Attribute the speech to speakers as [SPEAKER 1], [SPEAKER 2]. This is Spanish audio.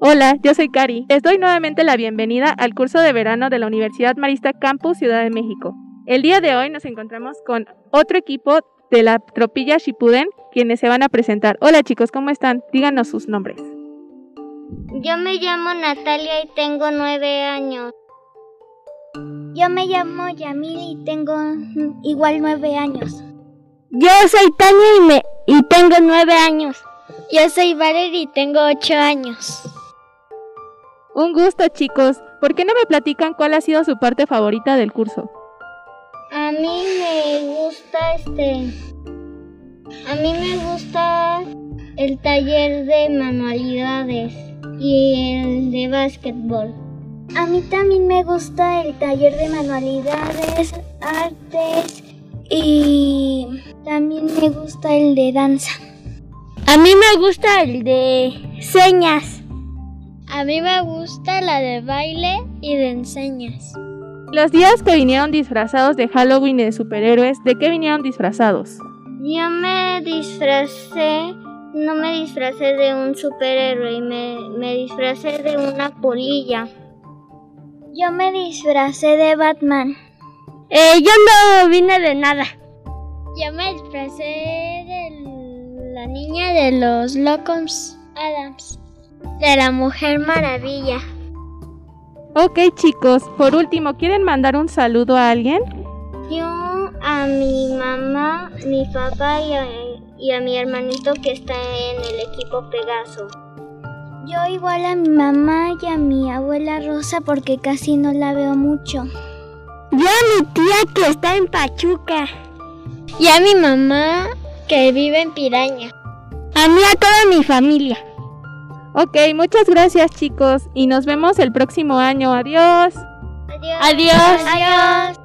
[SPEAKER 1] Hola, yo soy Cari. Les doy nuevamente la bienvenida al curso de verano de la Universidad Marista Campus Ciudad de México. El día de hoy nos encontramos con otro equipo de la tropilla Shippuden, quienes se van a presentar. Hola chicos, ¿cómo están? Díganos sus nombres.
[SPEAKER 2] Yo me llamo Natalia y tengo nueve años.
[SPEAKER 3] Yo me llamo Yamil y tengo igual nueve años.
[SPEAKER 4] Yo soy Tania y, me, y tengo nueve años.
[SPEAKER 5] Yo soy Valerie y tengo ocho años.
[SPEAKER 1] Un gusto chicos. ¿Por qué no me platican cuál ha sido su parte favorita del curso?
[SPEAKER 2] A mí me gusta este... A mí me gusta el taller de manualidades y el de básquetbol.
[SPEAKER 3] A mí también me gusta el taller de manualidades, artes y también me gusta el de danza.
[SPEAKER 4] A mí me gusta el de señas.
[SPEAKER 5] A mí me gusta la de baile y de enseñas.
[SPEAKER 1] Los días que vinieron disfrazados de Halloween y de superhéroes, ¿de qué vinieron disfrazados?
[SPEAKER 2] Yo me disfracé no me disfracé de un superhéroe, me, me disfracé de una polilla.
[SPEAKER 3] Yo me disfracé de Batman.
[SPEAKER 4] Eh, yo no vine de nada.
[SPEAKER 5] Yo me disfracé de la niña de los locos Adams. De la Mujer Maravilla.
[SPEAKER 1] Ok chicos, por último, ¿quieren mandar un saludo a alguien?
[SPEAKER 2] Yo a mi mamá, mi papá y a, y a mi hermanito que está en el equipo Pegaso.
[SPEAKER 3] Yo igual a mi mamá y a mi abuela Rosa porque casi no la veo mucho.
[SPEAKER 4] Yo a mi tía que está en Pachuca.
[SPEAKER 5] Y a mi mamá que vive en Piraña.
[SPEAKER 4] A mí a toda mi familia.
[SPEAKER 1] Ok, muchas gracias chicos y nos vemos el próximo año. Adiós.
[SPEAKER 2] Adiós. Adiós. Adiós.